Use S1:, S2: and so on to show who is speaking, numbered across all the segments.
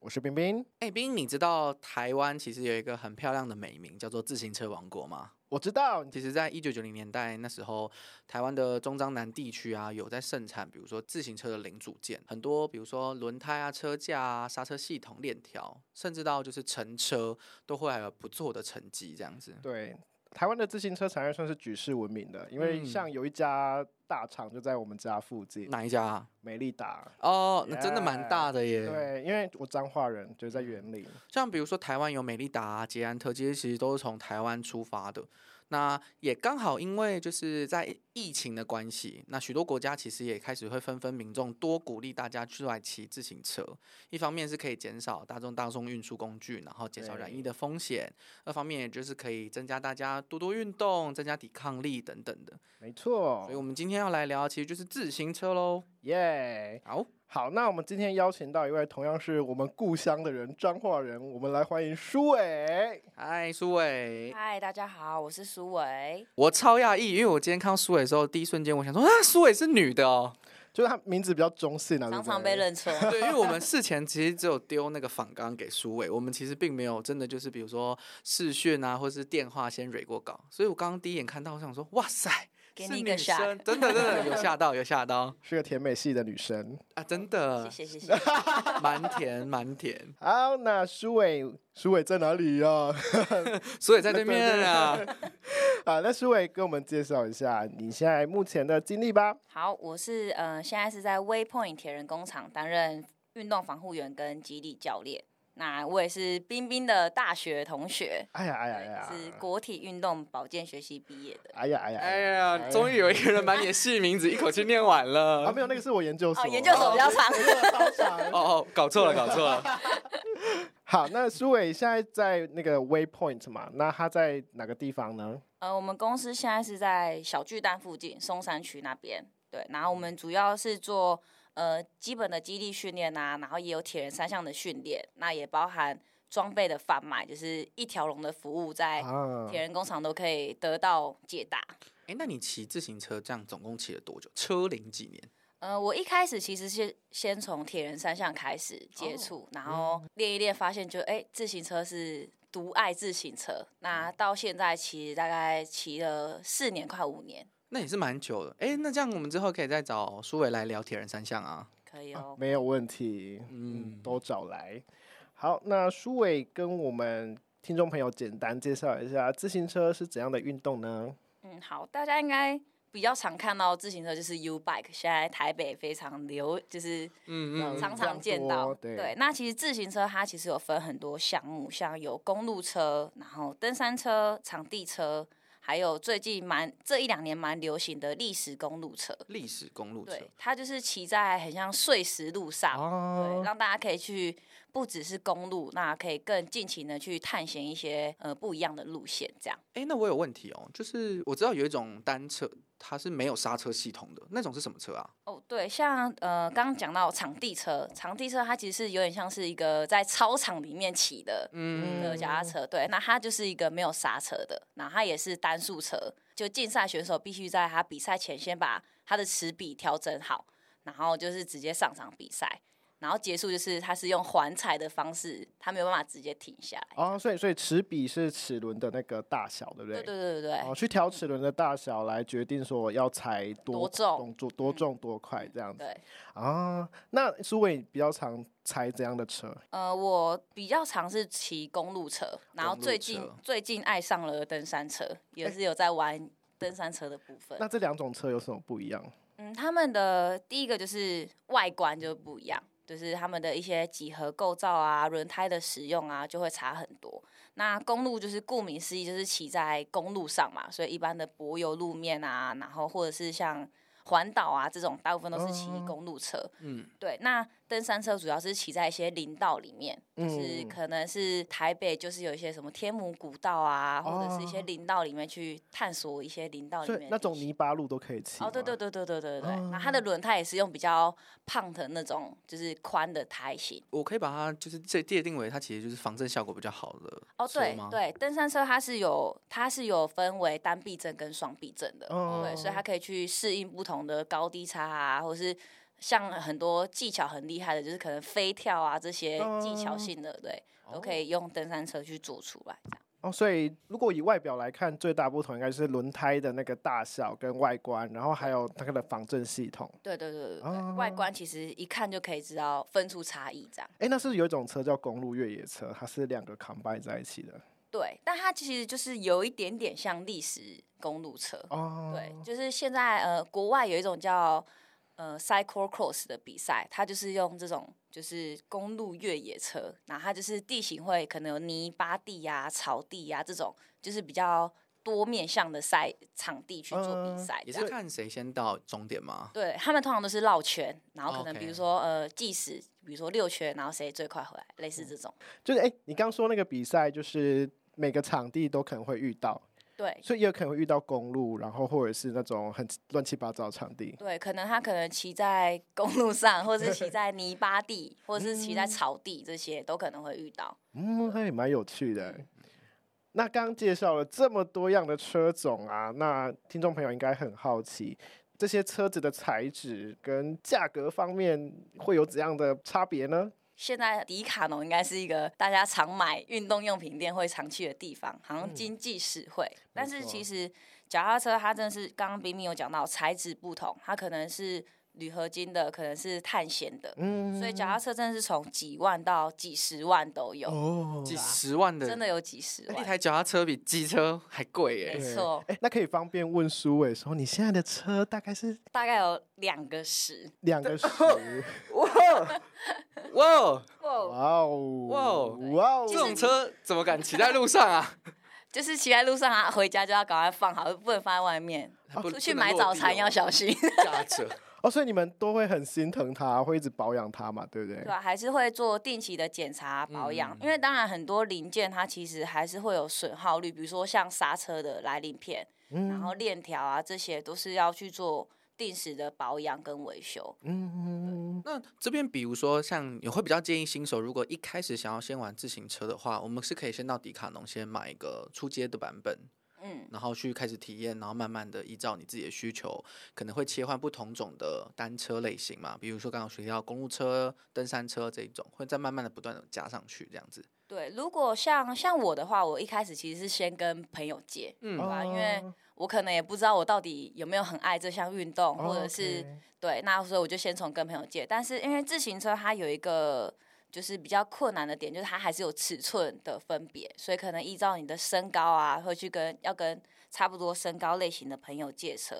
S1: 我是冰冰，
S2: 哎，冰，你知道台湾其实有一个很漂亮的美名叫做自行车王国吗？
S1: 我知道
S2: 其实，在一九九零年代那时候，台湾的中彰南地区啊，有在盛产，比如说自行车的零组件，很多，比如说轮胎啊、车架啊、刹车系统、链条，甚至到就是乘车，都会有不错的成绩这样子。
S1: 对。台湾的自行车产业算是举世闻名的，因为
S2: 嗯
S1: 像有一家大厂就在我们家附近，
S2: 哪一家啊？
S1: 美利达。
S2: 哦，那真的蛮大的耶。，
S1: 对，因为我彰化人，就在园林。
S2: 像比如说台湾有美利达、啊、捷安特，这些其实都是从台湾出发的。那也刚好因为就是在疫情的关系，那许多国家其实也开始会纷纷民众多鼓励大家出来骑自行车。一方面是可以减少大众大众运输工具，然后减少染疫
S1: 对
S2: 的风险；二方面也就是可以增加大家多多运动，增加抵抗力等等的。
S1: 没错
S2: 所以，，我们今天要来聊，其实就是自行车喽。
S1: 耶、
S2: 好，
S1: 好，那我们今天邀请到一位同样是我们故乡的人，彰化人，我们来欢迎舒伟。
S2: 嗨，苏伟。
S3: 嗨，大家好，我是苏伟。
S2: 我超讶异，因为我今天看到苏伟的时候，第一瞬间我想说啊，苏伟是女的哦。
S1: 就是他名字比较中性啊，对
S3: 常
S1: 不
S3: 常
S1: 对
S3: 被 认错，
S2: 对，因为我们事前其实只有丢那个访纲给苏伟，我们其实并没有真的就是比如说视讯啊，或是电话先蕊过稿，所以我刚刚第一眼看到，我想说哇塞，
S3: 给
S2: 是
S3: 你一
S2: 女
S3: 个
S2: 生
S3: shot，
S2: 真的真的有吓到有吓到
S1: 是个甜美系的女生。
S2: 啊，真的
S3: 谢谢谢谢。
S2: 蛮甜蛮甜，
S1: 好，那舒伟，舒伟在哪里呀、啊？
S2: 苏伟在对面啊，
S1: 好，那舒伟跟我们介绍一下你现在目前的经历吧。
S3: 好，我是呃，现在是在 Waypoint 铁人工厂担任运动防护员跟基地教练。那我也是冰冰的大学同学，
S1: 哎呀哎呀
S3: 对
S1: 哎呀，
S3: 是国体运动保健学系毕业的。
S1: 哎呀哎呀，
S2: 哎呀，终于有一个人把你的戏名字一口气念完了
S1: 啊，。没有，那个是我研究所，
S3: 哦，研究所比较长。
S1: 超
S2: 哦
S1: 长。
S2: 哦，搞错了，搞错了。
S1: 好，那舒伟现在在那个 Waypoint 嘛，那他在哪个地方呢？
S3: 呃，我们公司现在是在小巨蛋附近，松山区那边。对，然后我们主要是做呃基本的基地训练啊，然后也有铁人三项的训练，那也包含装备的贩卖，就是一条龙的服务，在
S1: 啊，
S3: 铁人工厂都可以得到解答。
S2: 哎，那你骑自行车这样总共骑了多久？车龄几年？
S3: 呃，我一开始其实是先从铁人三项开始接触然后练一练，发现就哎、诶自行车是独爱自行车。那到现在其实大概骑了四年，快五年，
S2: 那也是蛮久的。哎，那这样我们之后可以再找苏伟来聊铁人三项啊。
S3: 可以哦。
S1: 没有问题，嗯，都找来。好，那舒伟跟我们听众朋友简单介绍一下自行车是怎样的运动呢？
S3: 嗯，好，大家应该比较常看到自行车就是 U bike，现在台北非常流，就是
S2: 嗯
S1: 嗯
S3: 常
S1: 非常
S3: 常见
S1: 多。
S3: 到
S1: 对
S3: 那其实自行车它其实有分很多项目，像有公路车，然后登山车、场地车，还有最近蛮这一两年蛮流行的历史公路车。
S2: 历史公路车
S3: 对，它就是骑在很像碎石路上，对，
S1: 哦，
S3: 让大家可以去不只是公路，那可以更尽情的去探险一些呃不一样的路线，这样。
S2: 哎，那我有问题哦，就是我知道有一种单车，它是没有刹车系统的，那种是什么车啊？
S3: 哦，对，像呃，刚刚讲到场地车，场地车它其实是有点像是一个在操场里面骑的
S2: 嗯，
S3: 的脚踏车，对，那它就是一个没有刹车的，那它也是单速车，就竞赛选手必须在他比赛前先把他的齿比调整好，然后就是直接上场比赛，然后结束就是他是用环踩的方式，他没有办法直接停下来，
S1: 哦，所以所以齿比是齿轮的那个大小，对不
S3: 对
S1: 对？
S3: 对对对对，
S1: 哦，去调齿轮的大小来决定说我要踩多
S3: 多重嗯
S1: 多多重多快这样子
S3: 对，
S1: 啊。那苏伟比较常踩怎样的车？
S3: 呃，我比较常是骑公路车，然后
S2: 公路
S3: 最近
S2: 车
S3: 最近爱上了登山车，也是有在玩登山车的部分。
S1: 那这两种车有什么不一样？
S3: 嗯，他们的第一个就是外观就不一样，就是他们的一些几何构造啊、轮胎的使用啊，就会差很多。那公路就是顾名思义，就是骑在公路上嘛，所以一般的柏油路面啊，然后或者是像环岛啊这种，大部分都是骑
S1: 哦
S3: 公路车。
S2: 嗯，
S3: 对，那登山车主要是骑在一些林道里面，就是
S1: 嗯
S3: 可能是台北，就是有一些什么天母古道啊，或者是一些
S1: 哦
S3: 林道里面去探索一些林道里
S1: 所
S3: 面
S1: 以
S3: 的
S1: 那种
S3: 地形
S1: 泥巴路都可以骑吗。
S3: 哦，对对对对对对对，那、它
S1: 哦
S3: 的轮胎也是用比较胖的那种，就是宽的胎型。
S2: 我可以把它就是这界定为它其实就是防震效果比较好的
S3: 哦，
S2: 车
S3: 对
S2: 吗
S3: 对，登山车它是有它是有分为单避震跟双避震的，
S1: 哦
S3: 对，所以它可以去适应不同的高低差啊，或是像很多技巧很厉害的，就是可能飞跳啊这些技巧
S1: 哦
S3: 性的，对，都
S2: 哦
S3: 可以用登山车去做出来。这样
S1: 哦，所以如果以外表来看，最大不同应该是轮胎的那个大小跟外观，然后还有它的防震系统。
S3: 对对对对对，外
S1: 哦
S3: 观其实一看就可以知道分出差异，这样。
S1: 哎，那是不是有一种车叫公路越野车，它是两个 combine 在一起的。
S3: 对，但它其实就是有一点点像历史公路车，
S1: 哦，
S3: 对，就是现在呃，国外有一种叫呃 cycle cross 的比赛，它就是用这种就是公路越野车，然后它就是地形会可能有泥巴地呀、草地呀、这种，就是比较多面向的赛场地去做
S1: 嗯
S3: 比赛
S2: 也
S3: 这
S2: 是
S3: 样。
S2: 看谁先到终点吗？
S3: 对他们通常都是绕圈，然后可能
S2: OK
S3: 比如说呃计时，比如说六圈，然后谁最快回来，类似这种。
S1: 就是哎，诶你刚说那个比赛，就是每个场地都可能会遇到，
S3: 对
S1: 所以也有可能会遇到公路，然后或者是那种很乱七八糟的场地。
S3: 对，可能他可能骑在公路上，或是骑在泥巴地，或是骑在草地，这些都可能会遇到。
S1: 嗯，那也蛮有趣的
S2: 嗯
S1: 欸。那刚介绍了这么多样的车种啊，那听众朋友应该很好奇，这些车子的材质跟价格方面会有怎样的差别呢？
S3: 现在迪卡侬应该是一个大家常买运动用品店会常去的地方，好像经济实惠。但是其实脚踏车它真的是刚刚冰冰有讲到材质不同，它可能是铝合金的，可能是碳纤的，
S1: 嗯，
S3: 所以脚踏车真的是从几万到几十万都有，
S1: 哦，
S2: 几
S3: 啊
S2: 十万的，
S3: 真的有几十
S2: 哎一
S3: 万。
S2: 台脚踏车比机车还贵耶、
S3: 没
S1: 对
S3: 错，
S1: 哎，那可以方便问苏伟说，你现在的车大概是
S3: 大概有两个十。
S1: 两 个十？
S2: 哇，
S1: 哇
S3: 哇，
S1: 哦，
S2: 哇哦
S1: 哇哦，
S2: 这种车怎么敢骑在路上啊？
S3: 就是骑在路上啊，回家就要赶快放好，不能放在外面。
S2: 不
S3: 出去买早
S2: 哦
S3: 餐要 小心。
S2: 驾车。
S1: 哦，所以你们都会很心疼它，会一直保养它嘛，对不对？
S3: 对啊，还是会做定期的检查保养，因为
S2: 嗯
S3: 当然很多零件它其实还是会有损耗率，比如说像刹车的来临片，
S1: 嗯
S3: 然
S2: 嗯
S3: 后链条啊这些都是要去做定时的保养跟维修。
S1: 嗯，
S2: 那这边比如说像也会比较建议新手，如果一开始想要先玩自行车的话，我们是可以先到迪卡侬先买一个初阶的版本，
S3: 嗯，
S2: 然后去开始体验，然后慢慢的依照你自己的需求，可能会切换不同种的单车类型嘛，比如说刚刚有学到公路车、登山车这一种，会再慢慢的不断的加上去这样子。
S3: 对。如果像像我的话，我一开始其实是先跟朋友借，
S2: 嗯
S3: 对啊吧？因为
S1: 哦
S3: 我可能也不知道我到底有没有很爱这项运动，
S1: 哦
S3: 或者是
S1: OK
S3: 对，那所以我就先从跟朋友借，但是因为自行车它有一个就是比较困难的点，就是它还是有尺寸的分别，所以可能依照你的身高啊，会去跟要跟差不多身高类型的朋友借车。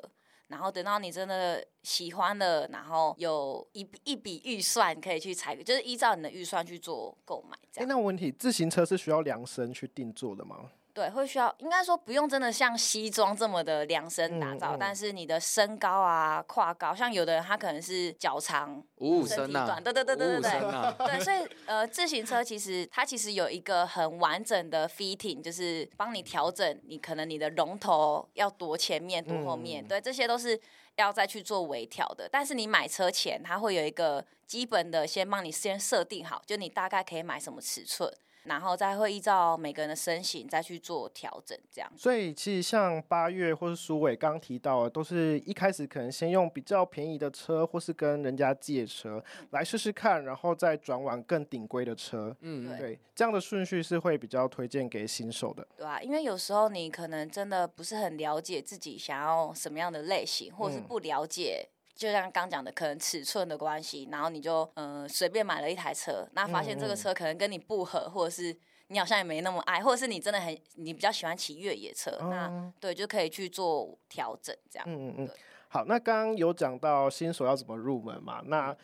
S3: 然后等到你真的喜欢了，然后有一笔一笔预算可以去采，就是依照你的预算去做购买，这
S1: 哎、
S3: 样、
S1: 那我问题，自行车是需要量身去定做的吗？
S3: 对，会需要应该说不用真的像西装这么的量身打
S1: 嗯嗯
S3: 造，但是你的身高啊、胯高，像有的人他可能是脚长，
S2: 五五
S3: 哦身
S2: 身
S3: 体
S2: 呐
S3: 短，，对对对对
S2: 五
S3: 对
S2: 五
S3: 对
S2: 身，啊 呐，
S3: 对，所以呃，自行车其实它其实有一个很完整的 fitting，就是帮你调整你可能你的龙头要多前面多后面，
S1: 嗯
S3: 对，这些都是要再去做微调的。但是你买车前，它会有一个基本的先帮你先设定好，就你大概可以买什么尺寸，然后再会依照每个人的身形再去做调整，这样。
S1: 所以其实像八月或是苏伟刚提到的，都是一开始可能先用比较便宜的车，或是跟人家借车
S3: 嗯
S1: 来试试看，然后再转往更顶规的车。
S2: 嗯，
S1: 对，这样的顺序是会比较推荐给新手的。
S3: 对啊，因为有时候你可能真的不是很了解自己想要什么样的类型，或者是
S1: 嗯
S3: 不了解，就像刚讲的，可能尺寸的关系，然后你就嗯随、便买了一台车，那发现这
S1: 嗯
S3: 个
S1: 嗯
S3: 车可能跟你不合，或者是你好像也没那么爱，或者是你真的很你比较喜欢骑越野车，那
S1: 嗯
S3: 对就可以去做调整这样。
S1: 嗯嗯嗯
S3: 对。
S1: 好，那刚刚有讲到新手要怎么入门嘛？
S3: 嗯
S1: 那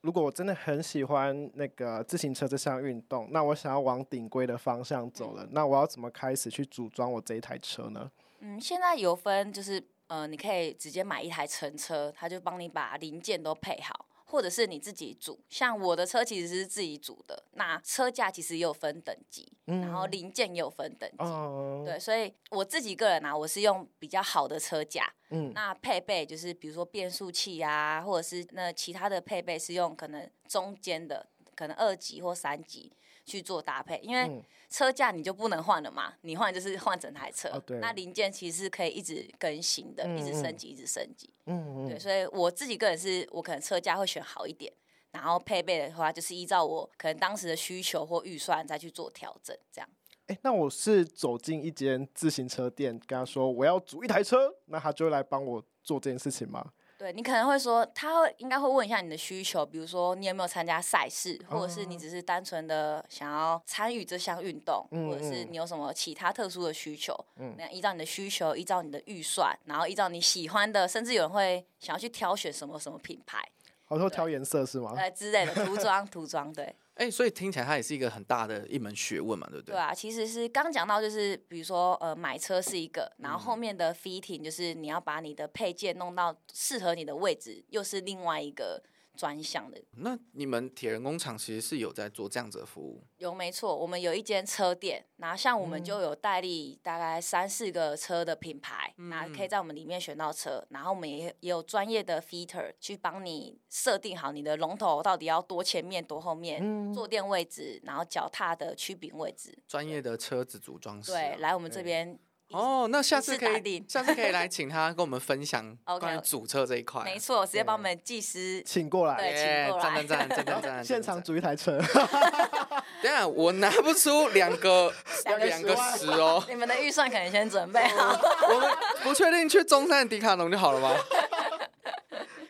S1: 如果我真的很喜欢那个自行车这项运动，那我想要往顶规的方向走了，那我要怎么开始去组装我这一台车呢？
S3: 嗯，现在有分就是呃，你可以直接买一台乘车，它就帮你把零件都配好，或者是你自己组。像我的车其实是自己组的，那车架其实也有分等级，然后
S1: 嗯
S3: 零件也有分等级。
S1: 哦，
S3: 对，所以我自己个人啊，我是用比较好的车架，
S1: 嗯，
S3: 那配备就是比如说变速器啊，或者是那其他的配备是用可能中间的，可能二级或三级去做搭配，因为
S1: 嗯
S3: 车架你就不能换了嘛，你换就是换整台车，
S1: 哦对
S3: 那零件其实是可以一直更新的，
S1: 嗯
S3: 一直
S1: 嗯
S3: 升级，一直升级。
S1: 嗯
S3: 对，
S1: 嗯，
S3: 所以我自己个人是我可能车架会选好一点。然后配备的话，就是依照我可能当时的需求或预算再去做调整，这样。
S1: 哎，那我是走进一间自行车店，跟他说我要组一台车，那他就会来帮我做这件事情吗？
S3: 对你可能会说，他会应该会问一下你的需求，比如说你有没有参加赛事，或者是你
S1: 哦
S3: 只是单纯的想要参与这项运动，
S1: 嗯
S3: 或者是
S1: 嗯
S3: 你有什么其他特殊的需求。
S1: 嗯
S3: 那依照你的需求，依照你的预算，然后依照你喜欢的，甚至有人会想要去挑选什么什么品牌，
S1: 我说挑颜色是吗？
S3: 呃之类的涂装涂装， 对
S2: 哎、所以听起来它也是一个很大的一门学问嘛，对不对？
S3: 对啊，其实是刚讲到就是比如说呃买车是一个，然后
S1: 嗯
S3: 后面的 fitting 就是你要把你的配件弄到适合你的位置，又是另外一个专项的
S2: 那你们铁人工厂其实是有在做这样子的服务，
S3: 有没错，我们有一间车店，然后像我们就有代理大概三四个车的品牌，
S2: 嗯
S3: 那、可以在我们里面选到车，然后我们也也有专业的 fitter 去帮你设定好你的龙头到底要多前面多后面，
S1: 嗯
S3: 坐垫位置，然后脚踏的曲柄位置，
S2: 专业的车子组装师啊、
S3: 对，来我们这
S2: 对
S3: 边，
S2: 哦，那下次
S3: 次
S2: 可
S3: 打
S2: 以
S3: 定
S2: 下次可以来请他跟我们分 享
S3: OK，
S2: 关于
S3: OK
S2: 组车这一块啊。
S3: 没错，直接帮我们技师，
S1: 请过来，
S3: 对请
S2: 耶，
S3: 过来
S2: 赞赞赞赞 赞赞！
S1: 现场
S2: 赞
S1: 组一台车，
S2: 等一下我拿不出两个
S3: 两个
S2: 两个
S1: 十万
S2: 十 哦，
S3: 你们的预算可能先准备好，
S2: 我们不确定去中山的迪卡侬就好了吗？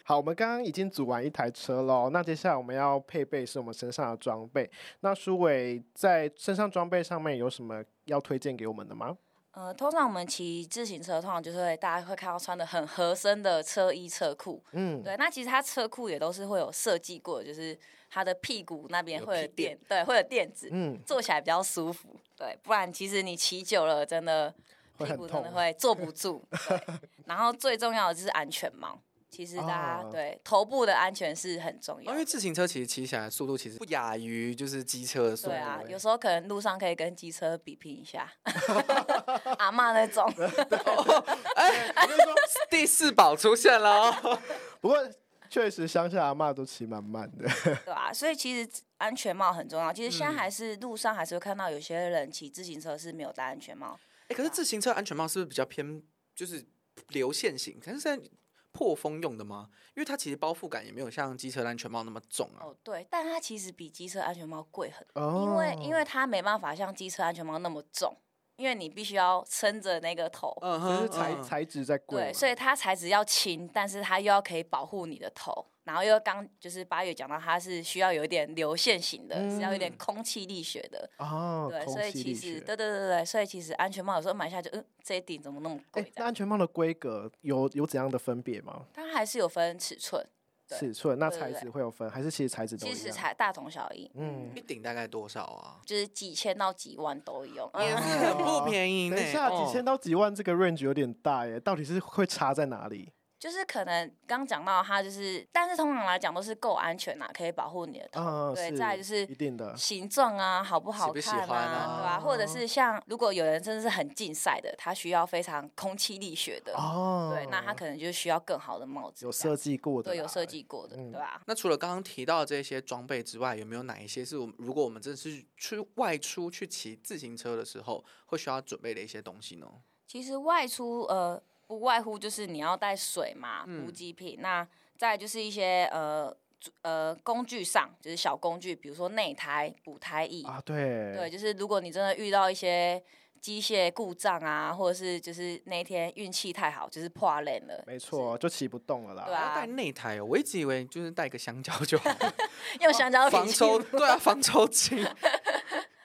S1: 好，我们刚刚已经组完一台车喽，那接下来我们要配备是我们身上的装备。那舒伟在身上装备上面有什么要推荐给我们的吗？
S3: 呃，通常我们骑自行车，通常就是会大家会看到穿的很合身的车衣车裤，
S1: 嗯，
S3: 对，那其实它车库也都是会有设计过的，就是它的屁股那边
S2: 有
S3: 会
S2: 屁
S3: 有垫，对，会有垫子，
S1: 嗯，
S3: 坐起来比较舒服。对，不然其实你骑久了，真的
S1: 会
S3: 屁
S1: 很
S3: 股真
S1: 痛
S3: 的会坐不住。对，然后最重要的就是安全帽，其实大家、
S1: 啊
S3: 对头部的安全是很重要
S2: 哦因
S3: 的
S2: 为。自行车其实骑起来速度其实不亚于就是机车的速度
S3: 对啊
S2: 欸。，
S3: 有时候可能路上可以跟机车比拼一下，阿嬷那种。
S2: 第四宝出现了哦，
S1: 不过确实乡下阿嬷都骑蛮慢的。
S3: 对啊，所以其实安全帽很重要。其实现在还是路上还是会看到有些人骑自行车是没有戴安全帽。
S2: 欸可是自行车安全帽是不是比较偏就是流线型？可是现在破风用的吗？因为它其实包覆感也没有像机车的安全帽那么重啊。
S3: 哦，对，但它其实比机车安全帽贵很多，
S1: 哦
S3: 因为 因为它没办法像机车安全帽那么重，因为你必须要撑着那个头。
S2: 嗯
S1: 只
S2: 哼，
S1: 是材
S2: 嗯
S1: 材质在哦贵嘛，哦
S3: 对，所以它材质要轻，但是它又要可以保护你的头，然后又刚就是八月讲到，它是需要有一点流线型的，是要有点
S2: 嗯
S3: 空气力学的，
S1: 哦，
S3: 对，
S1: 空
S3: 所以
S1: 气
S3: 其
S1: 力
S3: 实
S1: 学
S3: 对对对对，所以其实安全帽有时候买下来就嗯，这一顶怎么那么贵
S1: 哎，
S3: 这
S1: 那
S3: 样？
S1: 安全帽的规格有有怎样的分别吗？
S3: 它还是有分尺寸，对
S1: 尺寸那
S3: 对对
S1: 材
S3: 对
S1: 质会有分，还是其实材质都一
S3: 其
S1: 样？
S3: 实才大同小异，
S1: 嗯
S2: 一顶大概多少啊？
S3: 就是几千到几万都有。
S2: 也
S3: 嗯
S2: 是很 不便宜呢。
S1: 等一下，
S2: 哦
S1: 几千到几万这个 range 有点大耶，到底是会差在哪里？
S3: 就是可能刚讲到它就是，但是通常来讲都是够安全啦、啊可以保护你的头。
S1: 啊，
S3: 对，再来就是
S1: 一定的，
S3: 形状啊，好不好
S2: 喜不喜
S3: 看
S2: 欢啊
S3: 对吧、或
S1: 哦
S3: 者是像如果有人真的是很竞赛的，他需要非常空气力学的，
S1: 哦，
S3: 对，那他可能就需要更好的帽子，
S1: 有
S3: 这样
S1: 设计过的啦，
S3: 对有设计过的，
S1: 嗯
S3: 对吧、
S2: 那除了刚刚提到的这些装备之外，有没有哪一些是我们如果我们真的是去外出去骑自行车的时候，会需要准备的一些东西呢？
S3: 其实外出呃，不外乎就是你要带水嘛，
S2: 嗯
S3: 补给品，那再来就是一些呃主呃工具上就是小工具，比如说内胎、补胎液
S1: 啊，对
S3: 对，，就是如果你真的遇到一些机械故障啊，或者是就是那一天运气太好，就是破烂了，
S1: 没错，就骑不动了啦。
S3: 对啊
S2: 要带内胎哦，我一直以为就是带个香蕉就好 了，
S3: 用香蕉皮
S2: 防抽
S3: 筋
S2: 对啊，防抽 筋。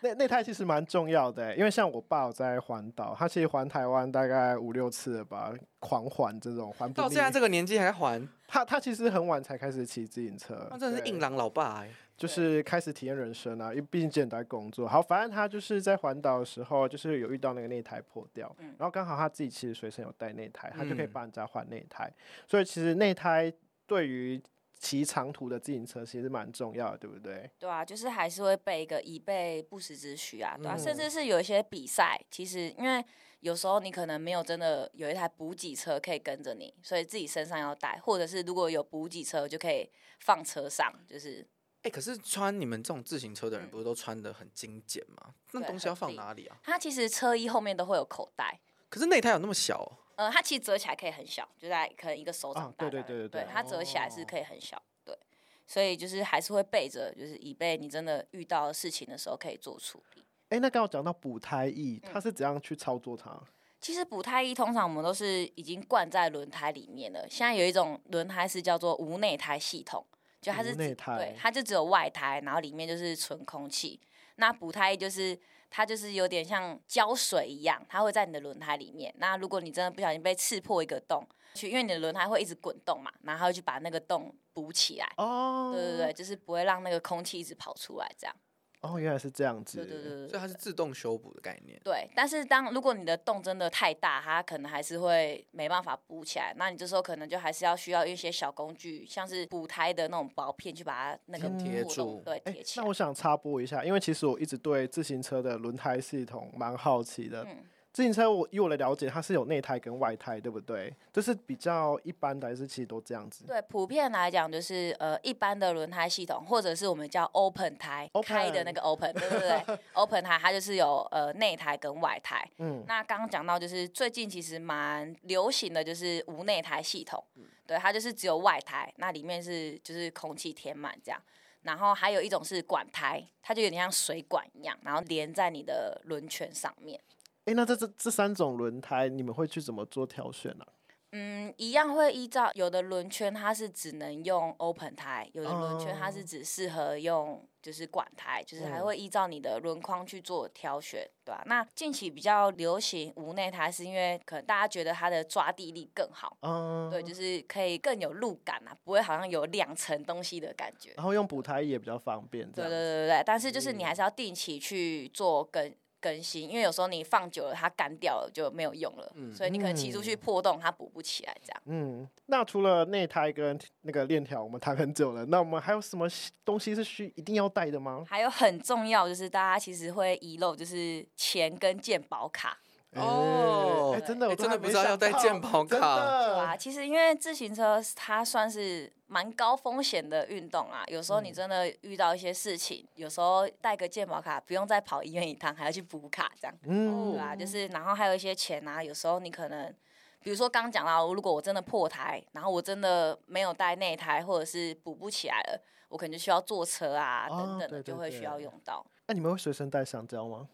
S1: 那那台其实蛮重要的欸，因为像我爸有在环岛，他其实环台湾大概五六次了吧，狂环这种环不
S2: 到
S1: 腻
S2: 现在这个年纪还还，
S1: 他他其实很晚才开始骑自行车，
S2: 那真的是
S1: 对
S2: 硬朗老爸哎、
S1: 就是开始体验人生啊，因为毕竟之前都在工作。好，反正他就是在环岛的时候，就是有遇到那个内胎破掉，
S3: 嗯
S1: 然后刚好他自己其实随身有带内胎，他就可以
S2: 嗯
S1: 帮人家换内胎，所以其实内胎对于骑长途的自行车其实蛮重要的，对不对？
S3: 对啊，就是还是会备一个以备不时之需啊，对啊，甚
S1: 嗯
S3: 至是有一些比赛，其实因为有时候你可能没有真的有一台补给车可以跟着你，所以自己身上要带，或者是如果有补给车就可以放车上，就是
S2: 哎、可是穿你们这种自行车的人，
S3: 嗯
S2: 不是都穿的很精简吗？那
S3: 对
S2: 东西要
S3: 很
S2: 放
S3: 低
S2: 哪里啊？
S3: 它其实车衣后面都会有口袋，
S2: 可是那台有那么小哦、
S3: 呃，它其实折起来可以很小，就在可能一个手掌
S1: 啊
S3: 大
S1: 对
S3: 小的、
S1: 对对对对
S3: 它折起来是
S2: 哦
S3: 可以很小，对，所以就是还是会备着，就是以备你真的遇到事情的时候可以做处理。
S1: 哎，那刚刚讲到补胎液，它
S3: 嗯
S1: 是怎样去操作它？
S3: 其实补胎衣通常我们都是已经灌在轮胎里面了。现在有一种轮胎是叫做无内胎系统，就它是
S1: 无内
S3: 只
S1: 胎
S3: 对，它就只有外胎，然后里面就是纯空气。那补胎衣就是它就是有点像胶水一样，它会在你的轮胎里面。那如果你真的不小心被刺破一个洞，去因为你的轮胎会一直滚动嘛，然后它会去把那个洞补起来。
S1: 哦，
S3: 对对对，，就是不会让那个空气一直跑出来，这样。
S1: 哦，原来是这样子。
S3: 对对对对
S2: 所以
S3: 对。
S2: 它是自动修补的概念。
S3: 对，但是当如果你的洞真的太大，它可能还是会没办法补起来。那你这时候可能就还是要需要一些小工具，像是补胎的那种薄片，去把它那个
S1: 嗯
S2: 贴
S3: 破洞
S2: 住
S3: 对，
S1: 哎
S3: 贴起
S1: 那
S3: 来。
S1: 我想插播一下，因为其实我一直对自行车的轮胎系统蛮好奇的。
S3: 嗯
S1: 自行车我以我的了解，它是有内胎跟外胎，对不对？这是比较一般的，还是其实都这样子？
S3: 对，普遍来讲就是呃，一般的轮胎系统，或者是我们叫 open 胎
S1: Open
S3: 开的那个 open，对 不对？open 胎它就是有呃内胎跟外胎。
S1: 嗯，
S3: 那刚刚讲到，就是最近其实蛮流行的，就是无内胎系统，
S1: 嗯
S3: 对，它就是只有外胎，那里面是就是空气填满这样。然后还有一种是管胎，它就有点像水管一样，然后连在你的轮圈上面。
S1: 哎，那这这这三种轮胎，你们会去怎么做挑选呢、
S3: 嗯，一样会依照有的轮圈它是只能用 open 胎，有的轮圈它
S1: 哦
S3: 是只适合用就是管胎，就是还
S1: 嗯
S3: 会依照你的轮框去做挑选，对吧、那近期比较流行无内胎，是因为可能大家觉得它的抓地力更好。
S1: 啊？嗯，
S3: 对，就是可以更有路感啊，不会好像有两层东西的感觉。
S1: 嗯然后用补胎也比较方便，哦这
S3: 对
S1: 样子。嗯
S3: 对对对对，但是就是你还是要定期去做更更新，因为有时候你放久了它干掉了就没有用了，
S2: 嗯
S3: 所以你可能骑出去破洞它补不起来这样。
S1: 嗯，那除了内胎跟那个链条，我们谈很久了，那我们还有什么东西是需一定要带的吗？
S3: 还有很重要就是大家其实会遗漏就是钱跟健保卡，
S2: 哦
S1: 哎，真的，
S2: 哎
S1: 我
S2: 真的
S1: 还
S2: 不
S1: 没
S2: 知道
S1: 想
S2: 要带
S1: 到
S2: 健保
S1: 真
S2: 卡
S1: 的
S3: 对吧、其实因为自行车它算是蛮高风险的运动啊，有时
S1: 嗯
S3: 候你真的遇到一些事情，有时候带个健保卡不用再跑医院一趟，还要去补卡这样。
S1: 嗯，
S3: 对啊，就是然后还有一些钱啊，有时候你可能，比如说刚讲到，如果我真的破胎，然后我真的没有带内胎，或者是补不起来了，我可能就需要坐车啊、
S1: 哦
S3: 等等
S1: 对
S3: 的，
S1: 对
S3: 就会需要
S1: 对
S3: 用到。
S1: 那、你们会随身带香蕉吗？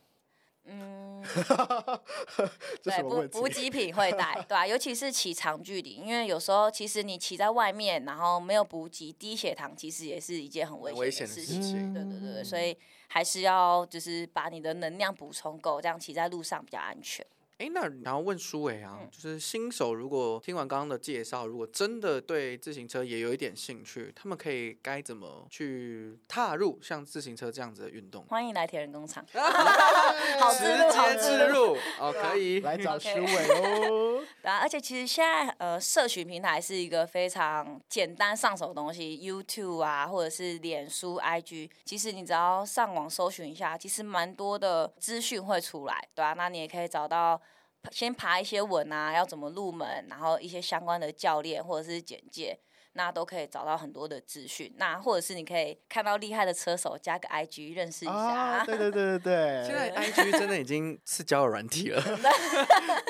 S3: 嗯，
S1: 这
S3: 对，
S1: 什么
S3: 补
S1: 问
S3: 补
S1: 题？
S3: 给品会带，对啊，尤其是骑长距离，因为有时候其实你骑在外面，然后没有补给，低血糖其实也是一件很
S2: 很
S3: 危
S2: 危
S3: 险
S2: 险
S3: 的
S2: 的事
S3: 事情。
S2: 情。
S3: 对对对对，所
S1: 以
S3: 以还是要就是把你的能量补充够，这样骑在路上比较安全。
S2: 哎、那然后问舒伟啊，
S3: 嗯
S2: 就是新手如果听完刚刚的介绍，如果真的对自行车也有一点兴趣，他们可以该怎么去踏入像自行车这样子的运 动？
S3: 欢迎来铁人工厂。
S2: 好
S3: 好
S2: 直
S3: 自入好
S2: 接
S3: 自
S2: 置入哦，可以。
S1: 来 找
S3: OK
S1: 徐伟哦。
S3: 对啊，而且其实现在呃，社群平台是一个非常简单上手的东西，YouTube 啊，或者是脸书、IG，其实你只要上网搜寻一下，其实蛮多的资讯会出来，对啊，那你也可以找到。先爬一些文啊，要怎么入门，然后一些相关的教练或者是简介，那都可以找到很多的资讯。那或者是你可以看到厉害的车手，加个 IG 认识一下。
S1: 啊，对对对对 对，
S3: 哎
S2: 现在 IG 真的已经是交友软体了，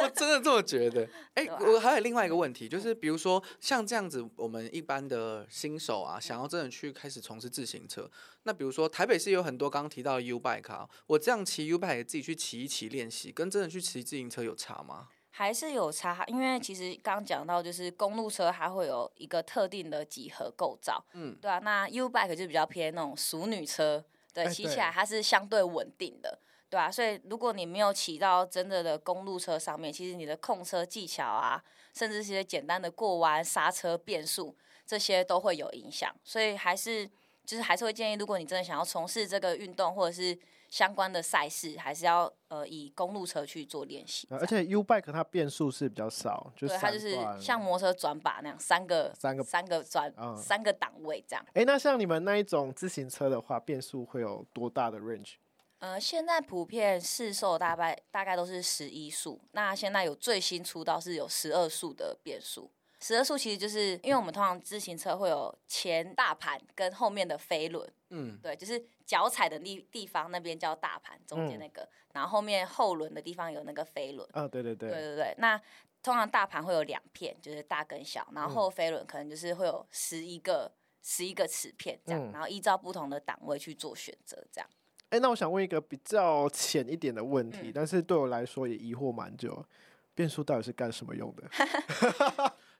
S2: 我真的这么觉得。哎、
S3: 对啊嗯
S2: 我还有另外一个问题，就是比如说像这样子，我们一般的新手啊，想
S3: 嗯
S2: 要真的去开始从事自行车，那比如说台北市有很多刚刚提到的 U bike 啊，我这样骑 U bike 自己去骑一骑练习，跟真的去骑自行车有差吗？
S3: 还是有差，因为其实刚讲到，就是公路车它会有一个特定的几何构造，
S2: 嗯，
S3: 对啊，那 U bike 就比较偏那种熟女车，对，
S1: 哎
S3: 骑起来它是相对稳定的，对啊，所以如果你没有骑到真的的公路车上面，其实你的控车技巧啊，甚至是一些简单的过弯、刹车、变速这些都会有影响，所以还是就是还是会建议，如果你真的想要从事这个运动或者是相关的赛事，还是要呃以公路车去做练习。
S1: 呃而且 U bike 它变速是比较少，就
S3: 对，它就是像摩托车转把那样，三个
S1: 三个
S3: 三个转、
S1: 嗯
S3: 三个档位这样。
S1: 哎，诶那像你们那一种自行车的话，变速会有多大的 range？
S3: 呃，现在普遍市售大概大概都是十一速，那现在有最新出到是有十二速的变速。十二速其实就是因为我们通常自行车会有前大盘跟后面的飞轮，
S2: 嗯，
S3: 对，就是脚踩的地地方那边叫大盘，中
S1: 嗯
S3: 间那个，然后后面后轮的地方有那个飞轮。
S1: 啊，对对
S3: 对
S1: 对，
S3: 对对，那通常大盘会有两片，就是大跟小，然后
S1: 嗯
S3: 后飞轮可能就是会有十一个十一个齿片这样，
S1: 嗯
S3: 然后依照不同的档位去做选择这样。
S1: 哎，那我想问一个比较浅一点的问题，
S3: 嗯
S1: 但是对我来说也疑惑蛮久，变速到底是干什么 用的？
S2: 其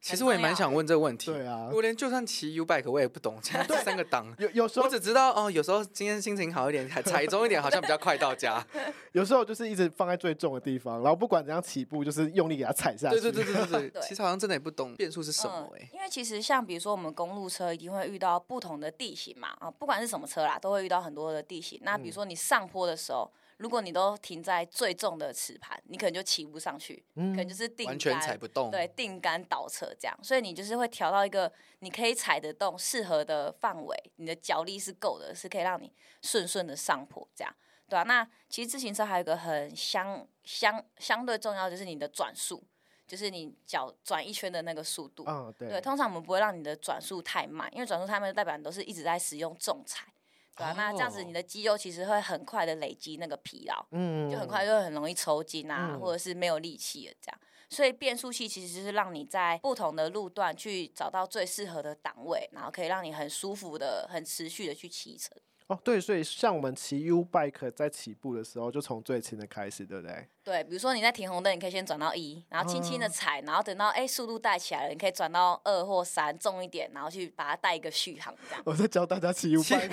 S3: 很
S2: 实我也
S3: 重
S2: 蛮
S3: 要欸
S2: 想问这个问题。
S1: 对啊，
S2: 我连就算骑 U bike 我也不懂，现在这三个档，
S1: 有有时候
S2: 我只知道哦，有时候今天心情好一点，踩踩中一点，好像比较快到家。
S1: 有时候就是一直放在最重的地方，然后不管怎样起步，就是用力给它踩下去。
S2: 对对对对 对对，
S3: 对
S2: 其实好像真的也不懂变数是什么哎、
S3: 嗯？因为其实像比如说我们公路车一定会遇到不同的地形嘛，啊，不管是什么车啦，都会遇到很多的地形。那
S2: 嗯
S3: 比如说你上坡的时候，如果你都停在最重的齿盘，你可能就骑不上去，可能
S1: 嗯，
S3: 就是定
S2: 完全踩
S3: 杆。
S2: 不动。
S3: 对，定杆倒车这样，所以你就是会调到一个你可以踩得动、适合的范围，你的脚力是够的，是可以让你顺顺的上坡这样，对啊，那其实自行车还有一个很相相相对重要，就是你的转速，就是你脚转一圈的那个速度。
S1: 啊，对
S3: 对，通常我们不会让你的转速太慢，因为转速太慢就代表你都是一直在使用重踩，对吧、啊那这样子
S2: 哦
S3: 你的肌肉其实会很快的累积那个疲劳，
S1: 嗯
S3: 就很快就会很容易抽筋啊，
S1: 嗯
S3: 或者是没有力气了这样。所以变速器其实就是让你在不同的路段去找到最适合的档位，然后可以让你很舒服的、很持续的去骑车。
S1: 哦，对，所以像我们骑 U bike 在起步的时候，就从最轻的开始，对不对？
S3: 对，比如说你在停红灯，你可以先转到一，然后轻
S1: 嗯
S3: 轻的踩，然后等到哎、速度带起来了，你可以转到二或三，重一点，然后去把它带一个续航这样。
S1: 我在教大家骑 U
S2: 其
S1: bike，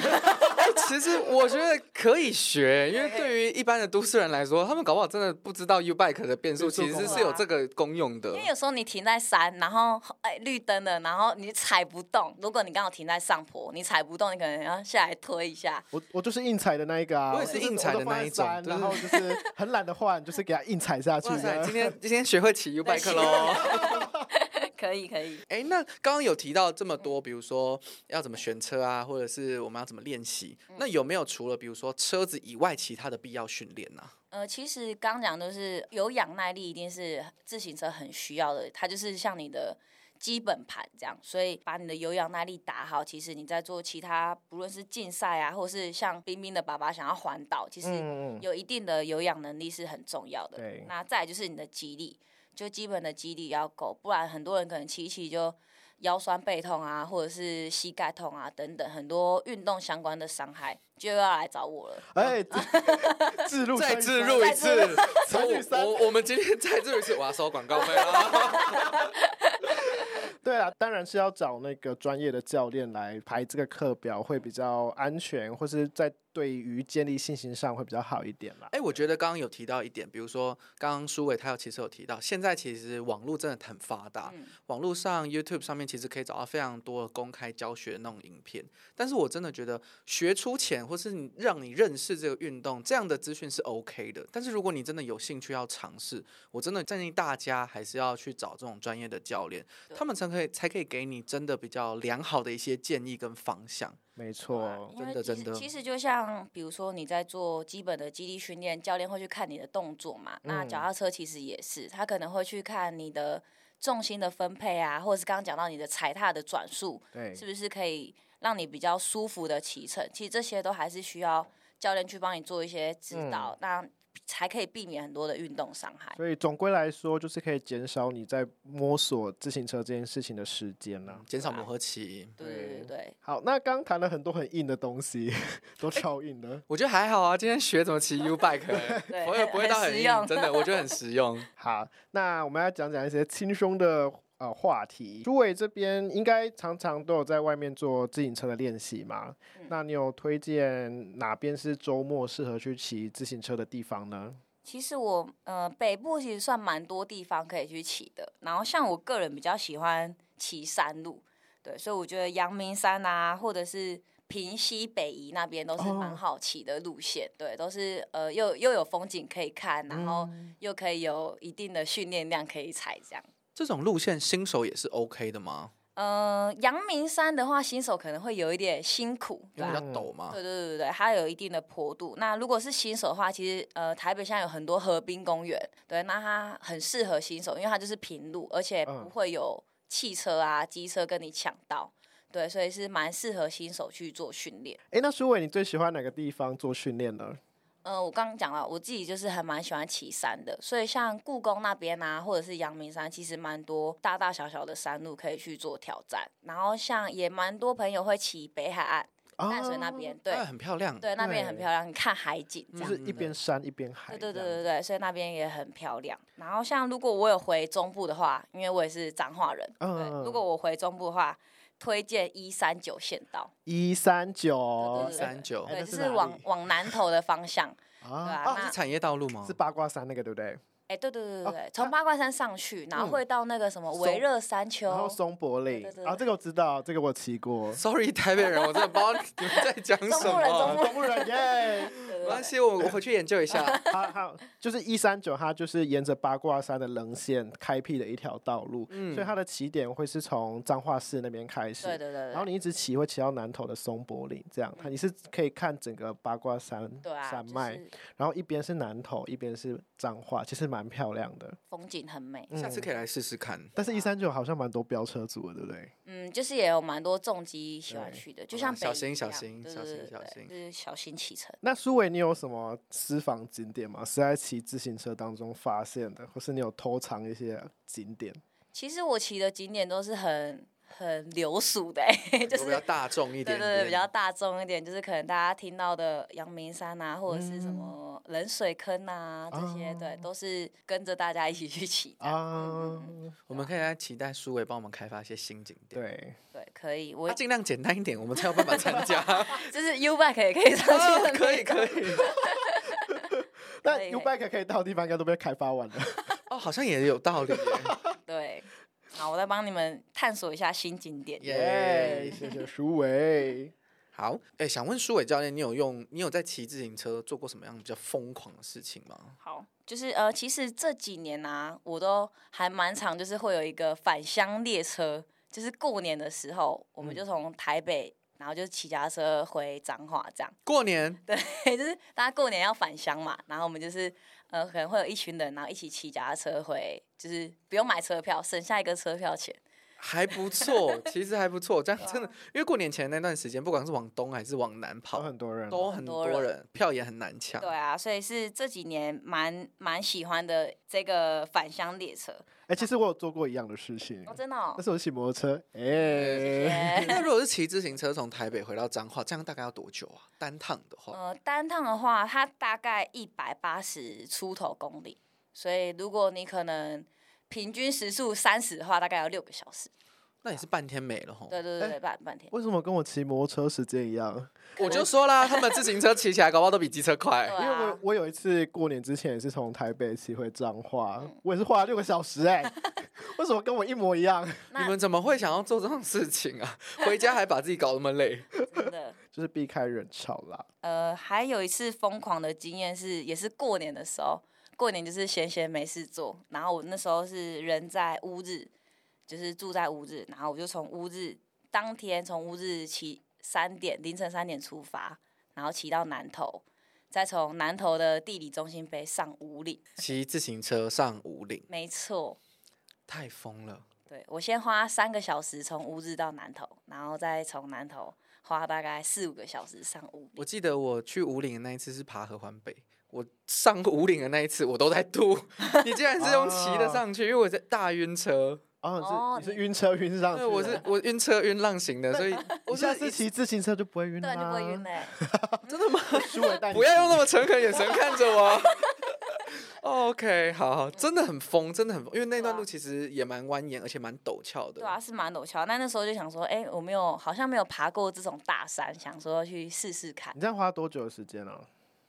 S2: 其实我觉得可以学，因为对于一般的都市人来说，他们搞不好真的不知道 U bike 的变速
S1: 变速
S2: 其实
S1: 功
S3: 能
S2: 是有这个功用的
S3: 因。为有时候你停在山，然后哎绿灯了，然后你踩不动。如果你刚好停在上坡，你踩不动，你可能要下来推一下。
S1: 我我就是硬踩的那一个啊，
S2: 我也是
S1: 就
S2: 硬踩
S1: 我都
S2: 的
S1: 放
S2: 那
S1: 在
S2: 一种
S1: 山
S2: 就
S1: 然
S2: 是
S1: 后就是很懒得换，就是给它硬踩下去
S2: 哇塞，
S1: 的。
S2: 今天今天学会骑 U
S3: 对
S2: bike 喽。
S3: 可以可以，
S2: 哎、那刚刚有提到这么
S3: 嗯
S2: 多，比如说要怎么选车啊，或者是我们要怎么练习？
S3: 嗯
S2: 那有没有除了比如说车子以外其他的必要训练啊呢？
S3: 呃，其实刚讲就是有氧耐力，一定是自行车很需要的，它就是像你的基本盘这样。所以把你的有氧耐力打好，其实你在做其他不论是竞赛啊，或是像冰冰的爸爸想要环岛，其实
S1: 嗯嗯嗯
S3: 有一定的有氧能力是很重要的。
S1: 对
S3: 那再来就是你的肌力，就基本的肌力要够，不然很多人可能骑一骑就腰酸背痛啊，或者是膝盖痛啊等等，很多运动相关的伤害就要来找我了。
S1: 哎， 自自入
S2: 再
S1: 参与
S2: 置
S1: 商
S2: 入一
S3: 再置
S2: 次
S3: 入，
S1: 乘以
S2: 我
S1: 三
S2: 我我们今天再置入一次，我要收广告费了。
S1: 对啊，当然是要找那个专业的教练来排这个课表，会比较安全，或是在对于建立信心上会比较好一点啦。
S2: 哎、我觉得刚刚有提到一点，比如说刚刚舒伟他有其实有提到，现在其实网络真的很发达，
S3: 嗯
S2: 网络上 YouTube 上面其实可以找到非常多的公开教学的那种影片。但是我真的觉得学出钱或是你让你认识这个运动这样的资讯是 OK 的，但是如果你真的有兴趣要尝试，我真的建议大家还是要去找这种专业的教练，
S3: 对
S2: 他们才可以才可以给你真的比较良好的一些建议跟方向。
S1: 没
S3: 啊
S1: 错，
S3: 因
S2: 哦真
S3: 为
S2: 的
S3: 其实
S2: 真的
S3: 其实就像比如说你在做基本的肌力训练，教练会去看你的动作嘛。那脚
S1: 嗯
S3: 踏车其实也是，他可能会去看你的重心的分配啊，或者是刚刚讲到你的踩踏的转速，
S1: 对，
S3: 是不是可以让你比较舒服的骑乘？其实这些都还是需要教练去帮你做一些指导，
S2: 嗯
S3: 那才可以避免很多的运动伤害。
S1: 所以总归来说，就是可以减少你在摸索自行车这件事情的时间啦。
S2: 减少
S3: 对啊
S2: 磨合期，
S3: 对对对对，
S1: 好，那刚谈了很多很硬的东西， 都超硬的。
S2: 我觉得还好啊，今天学怎么 骑 U bike，
S3: 对
S2: 不会不会到
S3: 很
S2: 很
S3: 实
S2: 硬
S3: 用
S2: 真的，我觉得很实用。
S1: 好，那我们要讲讲一些轻松的呃话题。朱伟这边应该常常都有在外面做自行车的练习嘛？
S3: 嗯
S1: 那你有推荐哪边是周末适合去骑自行车的地方呢？
S3: 其实我呃北部其实算蛮多地方可以去骑的，然后像我个人比较喜欢骑山路，对，所以我觉得阳明山啊，或者是平西北宜那边都是蛮
S1: 哦
S3: 好骑的路线，对，都是呃又又有风景可以看，然后又可以有一定的训练量可以踩这样。
S2: 这种路线新手也是 OK 的吗？
S3: 嗯，阳明山的话，新手可能会有一点辛苦，
S2: 因
S3: 对
S2: 为比
S3: 吧
S2: 较？陡
S1: 啊
S2: 嘛。
S3: 对对对对对，它有一定的坡度。那如果是新手的话，其实呃，台北现在有很多河滨公园，对，那它很适合新手，因为它就是平路，而且
S1: 嗯
S3: 不会有汽车啊、机车跟你抢道，对，所以是蛮适合新手去做训练。
S1: 哎，那舒伟，你最喜欢哪个地方做训练呢？
S3: 呃，我刚刚讲了，我自己就是还蛮喜欢骑山的，所以像故宫那边啊，或者是阳明山，其实蛮多大大小小的山路可以去做挑战。然后像也蛮多朋友会骑北海岸、淡水那边，对
S2: 哎很漂亮。
S3: 对，那边也很
S1: 哦对
S3: 漂亮，你看海景这
S1: 啊就
S3: 样。
S1: 是一边山一边海
S3: 对
S1: 这
S3: 对
S1: 样子。
S3: 对对对，所以那边也很漂亮。然后像如果我有回中部的话，因为我也是彰化人，
S1: 嗯
S3: 对，如果我回中部的话，推荐一三九县道，
S1: 一三九
S3: 对对对
S2: 三九
S1: 哎那
S3: 对，
S1: 是
S3: 就
S1: 哪
S3: 是
S1: 里
S3: 往往南投的方向，对啊
S1: 啊，
S3: 那
S2: 哦，是产业道路吗。
S1: 是？八卦山那个对不对？
S3: 哎，对对对
S1: 哦嗯
S3: 对对，从八卦山上去，然后会到那个什么
S1: 松
S3: 维热山丘
S1: 然，后松柏
S3: 对
S1: 岭
S3: 对对
S1: 啊，
S3: 对
S1: 这个我知道，这个我骑过
S2: Sorry，台北人，我真的不知道你们在讲
S3: 中
S2: 什
S3: 部人中
S2: 么。
S3: 部
S1: 中部 人耶，
S3: 对对
S2: 没
S3: 对
S2: 关系，我我回去研究一 下。
S1: 好好，就是一三九，它就是沿着八卦山的棱线开辟的一条道路，
S2: 嗯
S1: 所以它的起点会是从彰化市那边开始，
S3: 对对对对，嗯
S1: 然后你一直骑会骑到南投的松柏岭，这样它你是可以看整个八卦山
S3: 对啊，
S1: 山
S3: 就
S1: 脉，
S3: 是
S1: 然后一边是南投，一边是彰化，其实蛮漂亮的。
S3: 风景很美，
S1: 嗯
S2: 下次可以来试试看。
S1: 但是，一三九好像蛮多飙车族的，对不对？
S3: 嗯，就是也有蛮多重机喜欢
S1: 对嗯
S3: 去的，
S2: 好
S3: 就
S2: 啦
S3: 像北
S2: 小
S3: 宜
S2: 心
S3: 一
S2: 小
S3: 样
S2: 心
S3: 对
S2: 小
S3: 对
S2: 心
S3: 对
S2: 小
S3: 对
S2: 心
S3: 就是小心启程。
S1: 那苏伟，你有什么私房景点吗？是在骑自行车当中发现的，或是你有偷藏一些景点？
S3: 其实我骑的景点都是很很流俗的、欸， 就
S2: 我
S3: 是
S2: 比较大众一
S3: 对
S2: 点
S3: 对对
S2: 点，
S3: 比较大众一点，就是可能大家听到的阳明山啊，或者是什
S1: 嗯
S3: 么冷水坑啊、这些，
S2: 哦
S3: 对，都是跟着大家一起去骑的。嗯
S1: 啊，
S2: 我们可以来期待苏伟帮我们开发一些新景点。
S1: 对，
S3: 对，可以，
S2: 他
S3: 我
S2: 尽量简单一点，我们才有办法参加。
S3: 就是 U bike 也可以上去
S2: 啊
S3: 的，
S2: 可以可以。
S1: 那
S3: 可以
S1: U Bike 可以到的地方应该都被开发完 了。
S2: 哦，好像也有道理耶。
S3: 对。好，我再帮你们探索一下新景点。
S2: 耶
S1: 耶，谢谢苏伟。
S2: 好，哎，想问苏伟教练，你有用你有在骑自行车做过什么样比较疯狂的事情吗？
S3: 好，就是呃，其实这几年啊，我都还蛮常，就是会有一个返乡列车，就是过年的时候，我
S2: 嗯
S3: 们就从台北，然后就骑脚踏车回彰化，这样，
S2: 过年
S3: 对，就是大家过年要返乡嘛，然后我们就是呃，可能会有一群人，然后一起骑脚踏车回，就是不用买车票，省下一个车票钱，
S2: 还不错，其实还不错。这样真的，因为过年前那段时间，不管是往东还是往南
S1: 有
S2: 跑，
S1: 很多人啊，
S2: 都很多
S3: 多
S2: 人，票也很难抢
S3: 对。啊，所以是这几年蛮蛮喜欢的这个返乡列车，
S1: 哎，其实我有做过一样的事情
S3: 哦，，真的、哦
S1: 那，是我骑摩托车。
S3: 谢
S1: 哎，
S3: 谢。
S2: 那如果是骑自行车从台北回到彰化，这样大概要多久啊？单趟的话，
S3: 呃，单趟的话，它大概一百八十出头公里，所以如果你可能平均时速三十的话，大概要六个小时。
S2: 那也是半天没了吼。
S3: 对对
S1: 哎
S3: 对对，半半天。
S1: 为什么跟我骑摩托车时间一样？
S2: 我就说啦，他们自行车骑起来，搞不好都比机车快
S3: 对。
S1: 因为我
S3: 啊，
S1: 我有一次过年之前也是从台北骑回彰化，
S3: 嗯
S1: 我也是花了六个小时 哎、为什么跟我一模一样？
S2: 你
S3: 那
S2: 们怎么会想要做这种事情啊？回家还把自己搞那么累，
S3: 真的。
S1: 就是避开人潮啦。
S3: 呃，还有一次疯狂的经验是，也是过年的时候，过年就是闲闲没事做，然后我那时候是人在乌日，就是住在乌日，然后我就从乌日当天从乌日骑三点凌晨三点出发，然后骑到南投，再从南投的地理中心碑上五岭，
S2: 骑自行车上五岭
S3: 没错。
S2: 太疯了。
S3: 对我先花三个小时从乌日到南投，然后再从南投花大概四五个小时上五岭。
S2: 我记得我去五岭的那一次是爬合欢北，我上五岭的那一次我都在吐。 你竟然是用骑的上去，因为我在大晕车，
S1: 哦，
S3: 哦啊
S1: 你是你是
S3: 你
S1: 晕车晕上去啊
S2: 对，
S1: 的，
S2: 我是我晕车晕浪型的，所 以
S1: 我
S2: 我
S1: 下
S2: 是
S1: 次骑自行车就不会晕啦、啊
S3: 对，就不会晕嘞、欸
S2: 真的吗？
S1: 舒伟带你
S2: 不要用那
S1: 骑
S2: 么诚恳眼神看着我。OK，好好，真的很疯，真的很疯，因为那段路其实也蛮蜿蜒，而且蛮陡峭的。
S3: 啊对啊，是蛮陡峭。那那时候就想说，哎、我没有，好像没有爬过这种大山，想说去试试看
S1: 你。这样花多久的时间啊？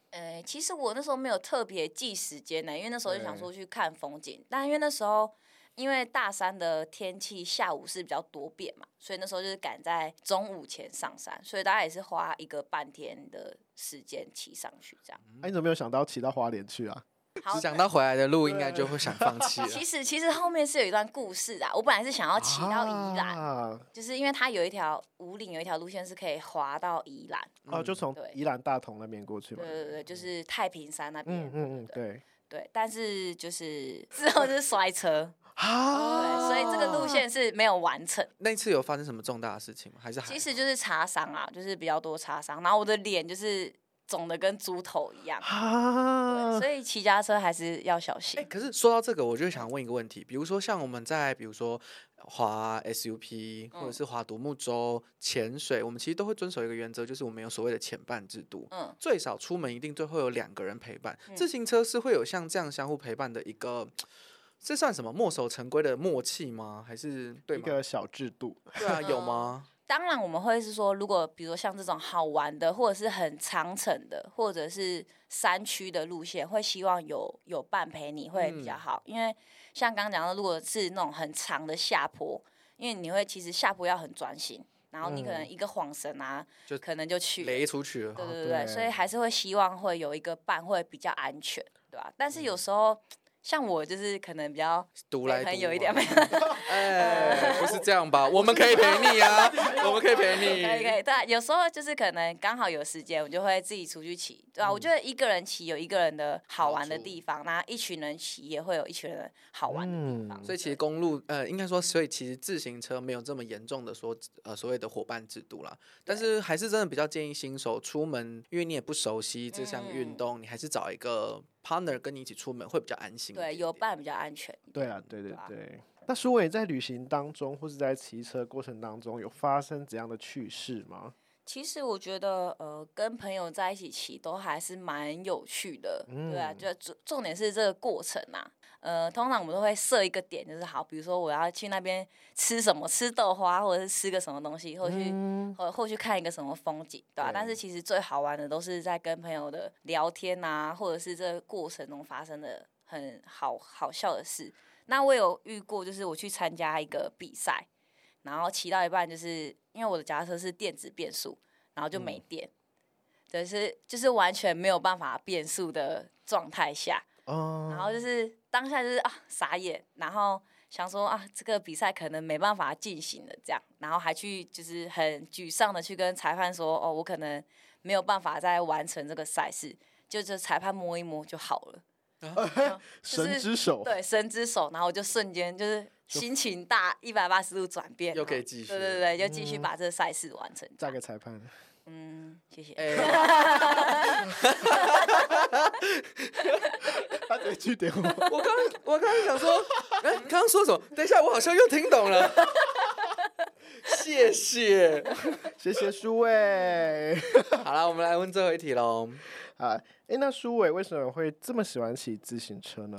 S3: 呃，其实我那时候没有特别记时间呢、因为那时候就想
S1: 对
S3: 说去看风景。但因为那时候，因为大三的天气下午是比较多变嘛，所以那时候就是赶在中午前上山，所以大概也是花一个半天的时间骑上去这样。
S1: 哎、你怎么没有想到骑到花莲去啊？
S3: 好
S2: 只，想到回来的路，应该就会想放弃
S3: 其
S2: 了。
S3: 实其实后面是有一段故事啊，我本来是想要骑到宜兰，
S1: 啊，
S3: 就是因为它有一条五岭有一条路线是可以滑到宜兰，
S1: 哦，就从
S3: 嗯对
S1: 宜兰大同那边过去嘛
S3: 对。对对，就是太平山那边
S1: 嗯，嗯嗯，对。
S3: 对，但是就是之后就是摔车，对，
S1: 啊，
S3: 所以这个路线是没有完成。
S2: 那次有发生什么重大的事情吗？还是还
S3: 其
S2: 好
S3: 实就是擦伤啊，就是比较多擦伤，然后我的脸就是肿的跟猪头一样，对
S1: 啊，
S3: 所以骑家车还是要小
S2: 哎、
S3: 心。
S2: 可是说到这个，我就想问一个问题，比如说像我们在比如说滑 SUP 或者
S3: 嗯
S2: 是滑独木舟、潜水，我们其实都会遵守一个原则，就是我们有所谓的潜伴制度，
S3: 嗯，
S2: 最少出门一定最后有两个人陪伴。
S3: 嗯
S2: 自行车是会有像这样相互陪伴的一个，这算什么墨守成规的默契吗？还是对
S1: 一
S2: 吗？
S1: 个小制度。
S2: 对啊，有
S3: 嗯
S2: 吗？
S3: 当然我们会是说，如果比如说像这种好玩的，或者是很长程的，或者是山区的路线，会希望有有伴陪你会比较
S2: 嗯
S3: 好，因为像刚刚讲到，如果是那种很长的下坡，因为你会其实下坡要很专心，然后你可能一个晃神啊，
S2: 嗯就哦
S3: 可能就去了
S2: 雷出去了，
S3: 对
S1: 啊
S3: 对对，所以
S1: 对
S3: 还是会希望会有一个伴会比较安全，对吧、但
S2: 嗯
S3: 是有时候、像我就是可能比较
S2: 独来
S3: 很
S2: 独
S3: 有一
S2: 往
S3: 点，没有
S2: 哎，不是这样 吧？我们可以陪你啊，我们可以陪你。
S3: 可以可以，对啊、有时候就是可能刚好有时间，我就会自己出去骑，对吧、啊我觉得一个人骑有一个人的好玩的
S2: 好处
S3: 地方，那一群人骑也会有一群人好玩的地方，
S1: 嗯
S2: 所以其
S3: 对
S2: 实公路，呃，应该说，所以其实自行车没有这么严重的说，呃，所谓的伙伴制度啦。但是还是真的比较建议新手出门，因为你也不熟悉这项
S3: 嗯
S2: 运动，你还是找一个 partner 跟你一起出门会比较安心一点
S3: 对
S2: 点。
S3: 有伴比较安全。
S1: 对啊，对对
S3: 对啊
S1: 对。那舒伟在旅行当中，或是在骑车过程当中，有发生怎样的趣事吗？
S3: 其实我觉得，呃，跟朋友在一起骑都还是蛮有趣的，对啊，
S1: 嗯
S3: 就重重点是这个过程啊。呃，通常我们都会设一个点，就是好，比如说我要去那边吃什么，吃豆花，或者是吃个什么东西，或者去
S1: 嗯，
S3: 或或去看一个什么风景，对吧、但是
S1: 对
S3: 其实最好玩的都是在跟朋友的聊天啊，或者是这个过程中发生的很好好笑的事。那我有遇过，就是我去参加一个比赛，然后骑到一半，就是因为我的脚踏车是电子变速，然后就没电，对，是就是完全没有办法变速的状态下，
S2: 嗯
S3: 然后
S1: 哦，
S3: 就是当下就是啊傻眼，然后想说啊这个比赛可能没办法进行了这样，然后还去就是很沮丧的去跟裁判说哦我可能没有办法再完成这个赛事，就就裁判摸一摸就好了，
S1: 神之手，
S3: 对，伸只手，然后我就瞬间就是心情大一百八十度转变，
S2: 又可以
S3: 然后
S2: 继续嗯
S3: 对对对，就继续把这个赛事完成。
S1: 嫁给裁判。 啊
S3: 嗯，谢谢。
S2: 哎，
S1: 他直接去点我，
S2: 我刚我刚刚想说，哎，刚刚说什么？等一下，我好像又听懂了。 谢谢。
S1: 谢谢舒伟。
S3: 嗯
S2: 好了，我们来问最后一题喽。
S1: 啊，哎，那舒伟为什么会这么喜欢骑自行车呢？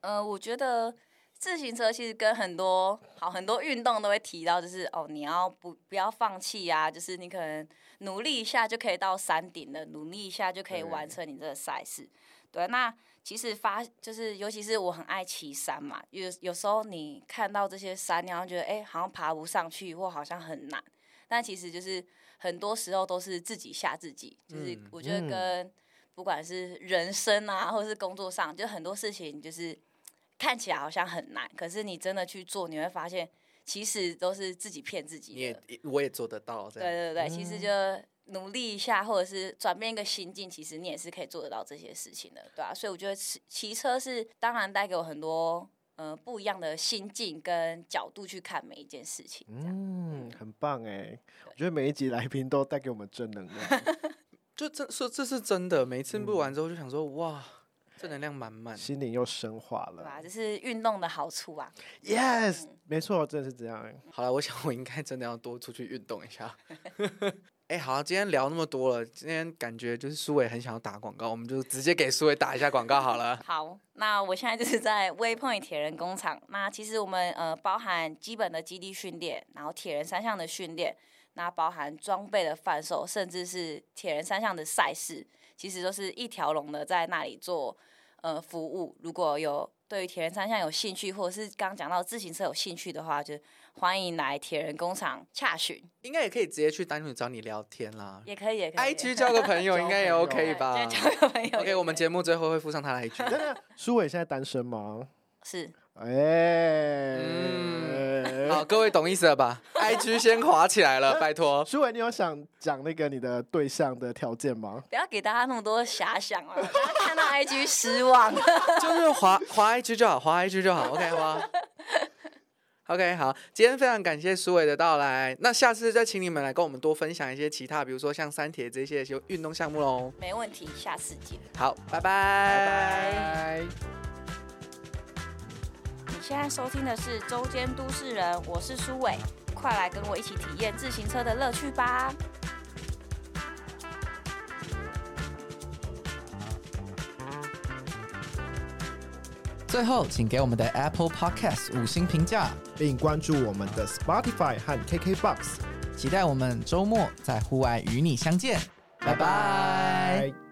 S3: 呃，我觉得自行车其实跟很多好很多运动都会提到，就是哦，你要不不要放弃啊，就是你可能努力一下就可以到山顶了，努力一下就可以完
S1: 对
S3: 成你这个赛事。对，那其实发就是，尤其是我很爱骑山嘛，有有时候你看到这些山，然后觉得哎、诶好像爬不上去，或好像很难，但其实就是很多时候都是自己吓自己，就是
S2: 嗯
S3: 我觉得
S1: 嗯
S3: 跟不管是人生啊，或者是工作上，就很多事情就是看起来好像很难，可是你真的去做，你会发现其实都是自己骗自己
S2: 你
S3: 的
S2: 也。我也做得到，这
S3: 对
S2: 样。
S3: 对对，其实就努力一下，或者是转变一个心境，其实你也是可以做得到这些事情的，对啊，所以我觉得骑骑车是当然带给我很多呃不一样的心境跟角度去看每一件事情，这样。
S1: 嗯，很棒哎，我觉得每一集来宾都带给我们正能量，
S2: 就这说这是真的，每一
S3: 嗯
S2: 次录完之后就想说，哇，正能量满满。
S1: 心灵又升华
S3: 对啊吧？
S1: 了。
S3: 这是运动的好处啊！
S1: Yes，没错，真的是这样。欸
S2: 好了，我想我应该真的要多出去运动一下。 哎、好、今天聊那么多了，今天感觉就是苏伟很想要打广告，我们就直接给苏伟打一下广告好了。
S3: 好，那我现在就是在 Waypoint 铁人工厂。那其实我们呃包含基本的基地训练，然后铁人三项的训练，那包含装备的贩售，甚至是铁人三项的赛事，其实都是一条龙的在那里做呃服务。如果有对于铁人三项有兴趣，或者是刚讲到自行车有兴趣的话，就欢迎来铁人工厂洽询，
S2: 应该也可以直接去单独找你聊天啦。
S3: 也可以，也可以。
S2: IG 交个朋 友应该也
S1: 交朋友
S2: OK 吧
S3: 对交个朋友也可以。
S2: ？OK，我们节目最后会附上他的 IG。
S1: 真的，舒伟现在单身吗？
S3: 是
S1: 哎、
S2: 嗯好，各位懂意思了吧？IG 先滑起来了，拜托。
S1: 舒伟，你有想讲那个你的对象的条件吗？
S3: 不要给大家那么多遐想啊，大家看到 IG 失望。
S2: 就是滑滑 IG 就好，滑 IG 就好。OK，滑。OK，好，今天非常感谢苏伟的到来，那下次再请你们来跟我们多分享一些其他，比如说像三铁这些就运动项目喽。
S3: 没问题，下次见。
S2: 好，拜拜。
S1: 拜拜。
S3: 你现在收听的是《周间都市人》，我是苏伟，快来跟我一起体验自行车的乐趣吧！
S2: 最后，请给我们的 Apple Podcast 五星评价，
S1: 并关注我们的 Spotify 和 KKBox。
S2: 期待我们周末在户外与你相见，拜拜
S1: 拜